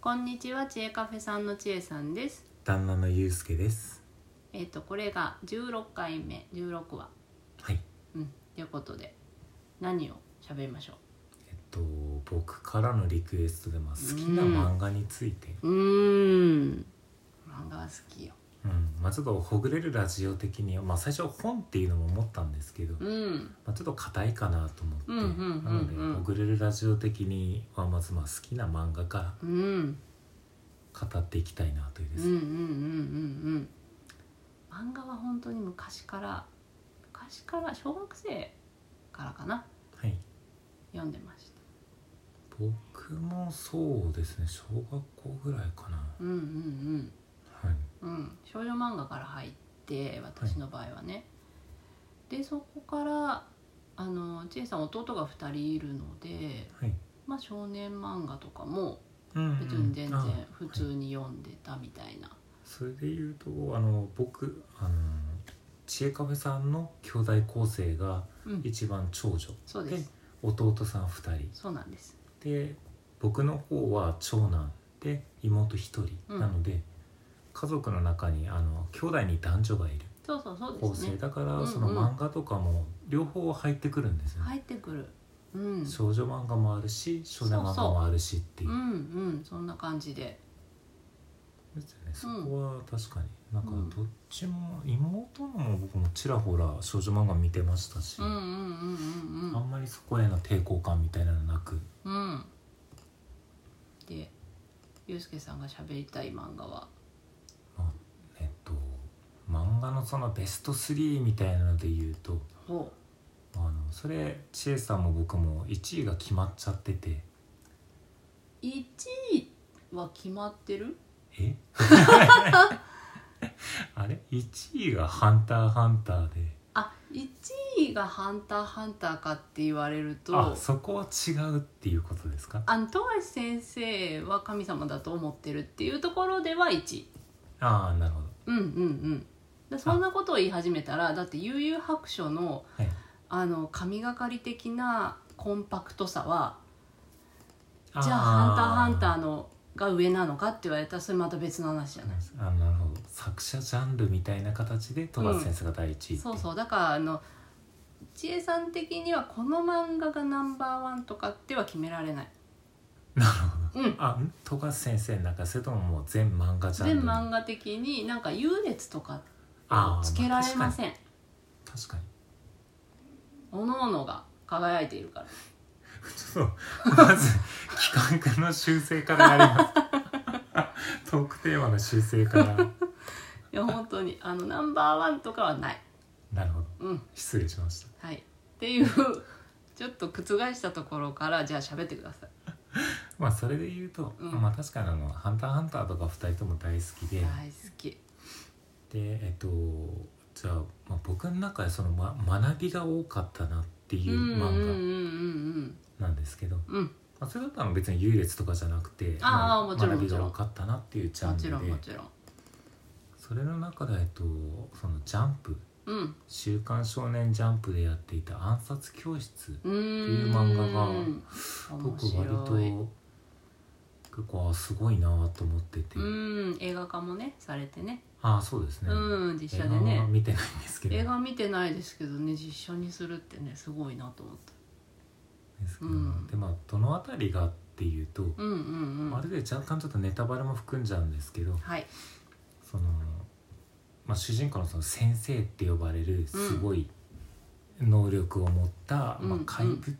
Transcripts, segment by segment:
こんにちは、ちえカフェさんのちえさんです。旦那のゆうすけですえっ、とこれが16回目、16話、はいうん、ということで何を喋りましょえっと僕からのリクエストでまあ好きな漫画についてう。うーん、漫画は好きよ。うん、まあちょっとほぐれるラジオ的にまあ最初本っていうのも思ったんですけど、うまん、あ、ちょっと硬いかなと思って、うんうんうんうんなのでほぐれるラジオ的にはまずまあ好きな漫画かうん、うんら語っていきたいなというでうんうんうす、んうんうん。漫画は本当に昔から昔から小学生からかなはい読んでました。僕もそうですね小学校ぐらいかな、うんうんうん。はいうん、少女漫画から入って私の場合はね、でそこからあの千恵さん弟が2人いるので、はいまあ、少年漫画とかもうんうん別に全然あ普通に読んでたみたいな、それで言うとあの僕あの知恵カフェさんの兄弟構成がうん、一番長女そうです弟さん2人そうなんですで僕の方は長男で妹1人、うんなので家族の中にあの兄弟に男女がいるそうそうそうで構す成ねだかうんうらんその漫画とかも両方入ってくるんですよね、入ってくる、うん、少女漫画もあるし少年漫画もあるしっていううんうんそんな感じでですよねそこは確かになんかどっちも妹のも僕もちらほら少女漫画見てましたし、うんうんうんうんあんまりそこへの抵抗感みたいなのなくうんうんでゆうすけさんが喋りたい漫画はえっと漫画のそのベスト3みたいなので言うとほあのそれ千恵さんも僕も1位が決まっちゃっててう1位は決まってる えあれ1位が「ハンターハンターで」あ1位が「ハンターハンター」かって言われるとあそこは違うっていうことですかあの富樫先生は神様だと思ってるっていうところでは1位ああなるほどうんうんうんでそんなことを言い始めたらだって悠々白書のはいあの神がかり的なコンパクトさはじゃじゃあ「ハンターハンターの」が上なのかって言われたらそれまた別の話じゃないあなるほど作者ジャンルみたいな形で戸田先生が第一位っていそうそうだからあの千恵さん的にはこの漫画がナンバーワンとかっては決められないなるほどうんあん富樫先生なんかそれとももう全漫画ジャンル全漫画的になんか優劣とかあーつけられません、あ確かに各々が輝いているから確かにちょっとまず企画の修正からやりますトークテーマの修正 からいや本当にあのナンバーワンとかはないなるほどうん失礼しましたはいっていうちょっと覆したところからじゃあ喋ってくださまあそれで言うと、うんまあ確かにあの「ハンターハンター」とか2人とも大好きいで、大好きでえっとじゃあ,、まあ僕の中でその、ま、学びが多かったなってういんうんうんううん漫画なんですけど、うんうんまあ、それだったら別に優劣とかじゃなくてあーまもちろん学びもちがろん多かったなっていうジャもンちろんルでもちろんそれの中で、えっと、そのジャンプうん「週刊少年ジャンプ」でやっていた「暗殺教室うーんっていう漫画が面」僕割と白い結構あすごいなと思ってて、うん映画化もねされてねああそうですね、うん実映写画でねは見てないんですけど映画見てないですけどね実写にするってねすごいなと思ったですけど、うんでまあどの辺りがっていうと、うんうんうんまるで若干ちょっとネタバレも含んじゃうんですけどはいその、まあ、主人公のその先生って呼ばれるすごい能力を持った、うんまあうん、怪物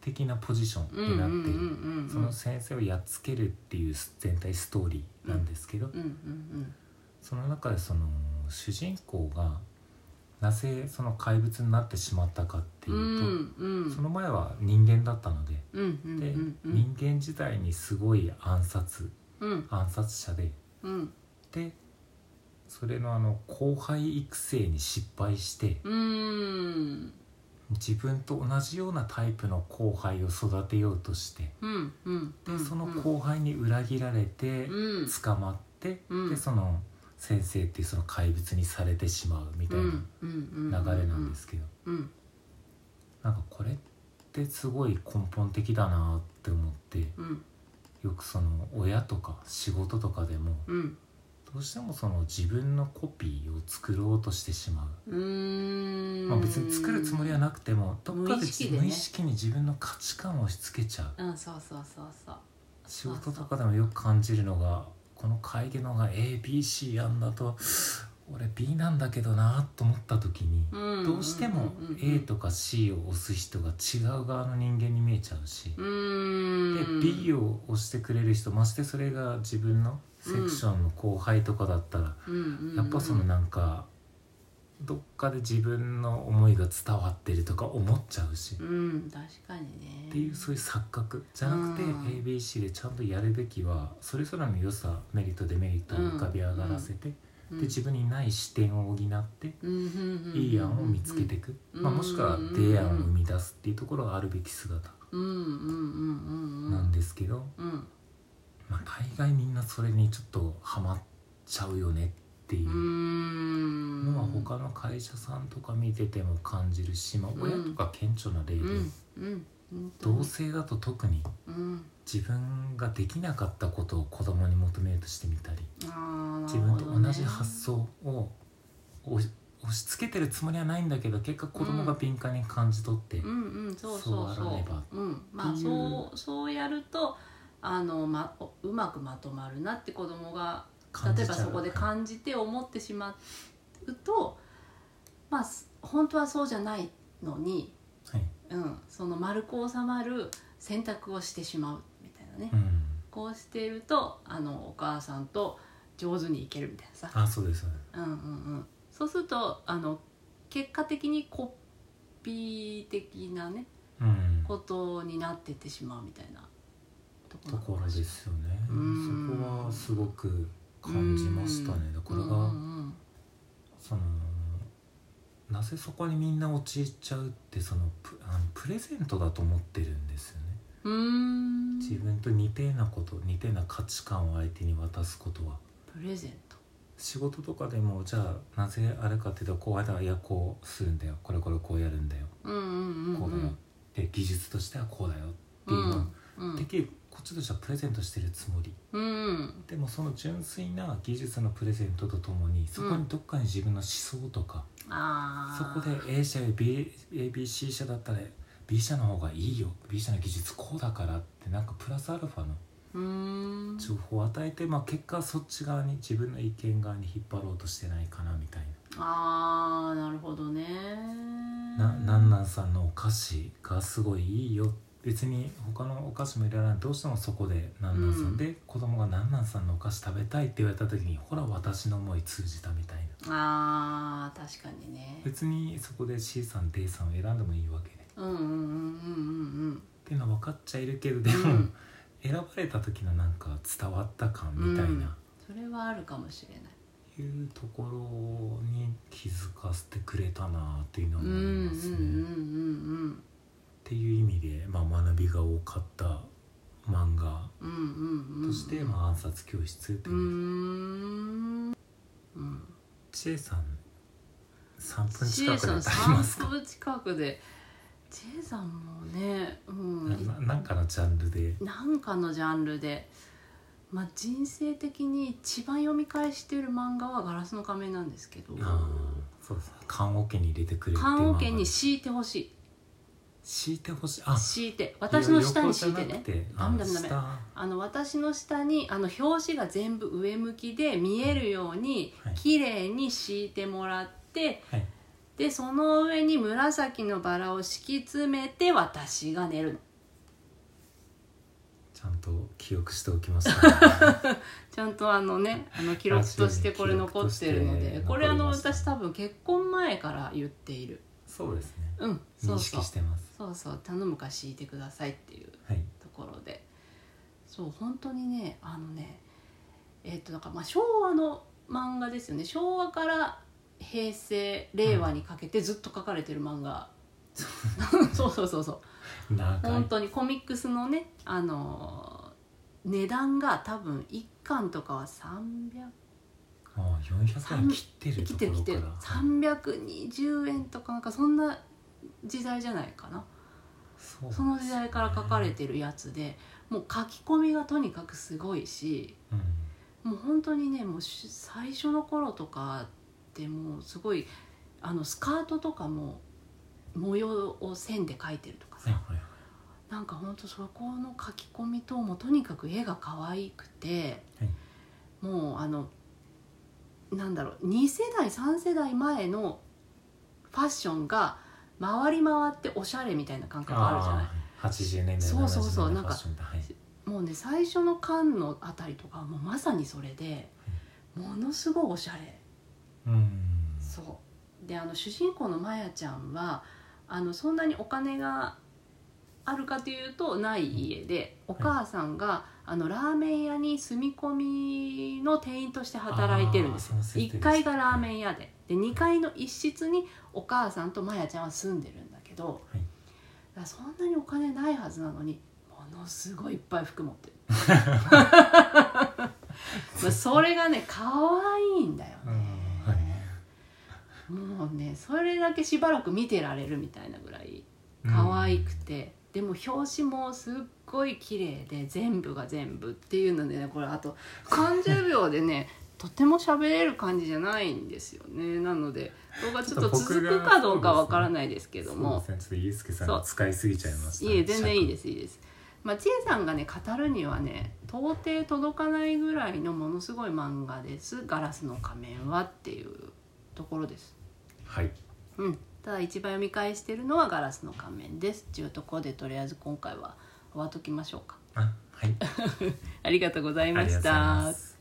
的なポジションになっている、その先生をやっつけるっていう全体ストーリーなんですけど、うんうんその中でその主人公がなぜその怪物になってしまったかってういんうんうと、うんその前は人間だったのでうんうんで、うん人間自体にすごい暗殺うん暗殺者でうんでそれのあの後輩育成に失敗してうん自分と同じようなタイプの後輩を育てようとしてうんうんでその後輩に裏切られてうん捕まって、うんでその先生っていうその怪物にされてしまうみたいな流流れなんですけど、うんなんかこれってすごい根本的だなって思ってうんいよくその親とか仕事とかでもうんどうしてもその自分のコピーを作ろうとしてしまううーんまあ、別に作るつもりはなくてもどっか無で意識でね無意識に自分の価値観を押し付けちゃううんそうそうそうそう仕事とかでもよく感じるのがこの会議のが ABC やんだと俺 B なんだけどなと思った時にどうしても A とか C を押す人が違う側の人間に見えちゃうしうでん B を押してくれる人ましてそれが自分のセクションの後輩とかだったらやっぱそのなんかどっかで自分の思いが伝わってるとか思っちゃうしうん確かにねっていうそういう錯覚じゃなくてうん ABC でちゃんとやるべきはそれぞれの良さメリットデメリットを浮かび上がらせて、うんで自分にない視点を補って、うんうんうんうんいい案を見つけていく、うんまあ、もしくはうん出案を生み出すっていうところがあるべき姿うんうんうんうんうんなんですけど、うんまあ、大概みんなそれにちょっとハマっちゃうよねっていうううのはん他の会社さんとか見てても感じるし、まあ、親とか顕著な例で、うんうんうん同性だと特にうん自分ができなかったことを子供に求めようとしてみたりあーな自る分ほとどね同じ発想を押し押し付けてるつもりはないんだけど結果子供が敏感に感じ取って、うんうんそうそうそうあそらねばううんまあっていうそうそうやるとあのまおうまくまとまるなって子供が感例えじちゃばうそこで感じて思ってしまうとまあす本当はそうじゃないのに、はいうん、その丸く収まる選択をしてしまうみたいなね、うん、こうしているとあのお母さんと上手にいけるみたいなさ、あそうですそうですうんうんうん、そうするとあの結果的にコピー的なねうんことになってってしまうみたいなとこところですよねうんそこはすごく感じましたねだからうんうがんそのなぜそこにみんな陥っちゃうってそのプあのプレゼントだと思ってるんですよねうんうーん自分と似てえなこと似てえな価値観を相手に渡すことはプレゼント仕事とかでもじゃあなぜあれかっていうとこうやったらいやこうするんだよこれこれこうやるんだようんうんうんこうだうよんで技術としてはこうだよっていううのをんうんできるこっちとしてはプレゼントしてるつもりうんでもその純粋な技術のプレゼントとともにそこにどっかに自分の思想とか、あそーこで A 社より B- ABC 社だったら B 社の方がいいよ B 社の技術こうだからってなんかプラスアルファのうーん情報を与えて、まあ、結果そっち側に自分の意見側に引っ張ろうとしてないかなみたいあーなるほどねな、ななんなんさんのお菓子がすごいいいよ別に他のお菓子もいらないどうしてもそこでなんなんさん、うんで子供がなんなんさんのお菓子食べたいって言われた時にほら私の思い通じたみたいなあー確かにね別にそこで C さん D さんを選んでもいいわけでっうんうんうんうんていうのは分かっちゃいるけどうんうでも、ん選ばれた時のなんか伝わった感みたいな、それはあるかもしれないいうところに気づかせてくれたなっていうのはうん思うんうんいますね。うんっていう意味で、まあ、学びが多かった漫画うんうんうんうんとして、まあ、暗殺教室ってういーう、んうん知恵さん3分 C 近くでさん足ります3か分近くで J さんもね、うん、なななんかのジャンルでなんかのジャンルで、まあ、人生的に一番読み返してる漫画は「ガラスの仮面」なんですけどあーそうですね棺桶に入れてくれっていう漫画棺桶に敷いてほしい敷いてほしいあ敷いて私の下に敷いて横ねじゃなくてあダメダメダメ下あの私の下にあの表紙が全部上向きで見えるようにはい綺麗に敷いてもらってはいでその上に紫のバラを敷き詰めて私が寝るのちゃんと記憶しておきました、ちゃんとあのねあの記録としてこれ残ってるの記録としでてこれあの残りました私多分結婚前から言っているそうですねうんそ認うそ識うしてますそうそう頼むから敷いてくださいっていうはいところでそう本当にねあのねえっ、とだからまあ昭和の漫画ですよね昭和から平成令和にかけてずっと書かれてる漫画、そうそうそうそう長い本当にコミックスのねあのー値段が多分1巻とかは300ああ400円切ってる生きとてるころ生きかてらる320円とかなんかそんな時代じゃないかなそうですねその時代から書かれてるやつでもう書き込みがとにかくすごいしうんもう本当にねもうし最初の頃とかってもうすごいあのスカートとかも模様を線で描いてるとかはいさ、はいなんか本当そこの描き込みともうとにかく絵が可愛くて、はいもうあのなんだろう2世代3世代前のファッションが回り回っておしゃれみたいな感覚あるじゃないああ80年代そうそうそう70な年代んかファッションってはいもうね最初の巻のあたりとかはもうまさにそれでものすごいおしゃれうんそうであの主人公のまやちゃんはあのそんなにお金があるかというとない家でお母さんがあのラーメン屋に住み込みの店員として働いてるんですあーその設定1階がラーメン屋でで2階の一室にお母さんとまやちゃんは住んでるんだけど、いだからそんなにお金ないはずなのにものすごいいっぱい服持 ってるまあそれがね可愛いんだよね、うんはいもうねそれだけしばらく見てられるみたいなぐらい可愛くて、でも表紙もすっごい綺麗で全部が全部っていうのでねこれあと30秒で ねとても喋れる感じじゃないんですよねなので動画ちょっと続くかどうかわからないですけどもそうですねちょっとユースケさんそうが使いすぎちゃいましたね、いえ全然いいですすいいですまあ、千恵さんがね語るにはね到底届かないぐらいのものすごい漫画です「ガラスの仮面は」っていうところですはいうん、ただ一番読み返してるのは「ガラスの仮面」ですっていうところでとりあえず今回は終わっときましょうかあはいありがとうございあまりがとうごしざいたます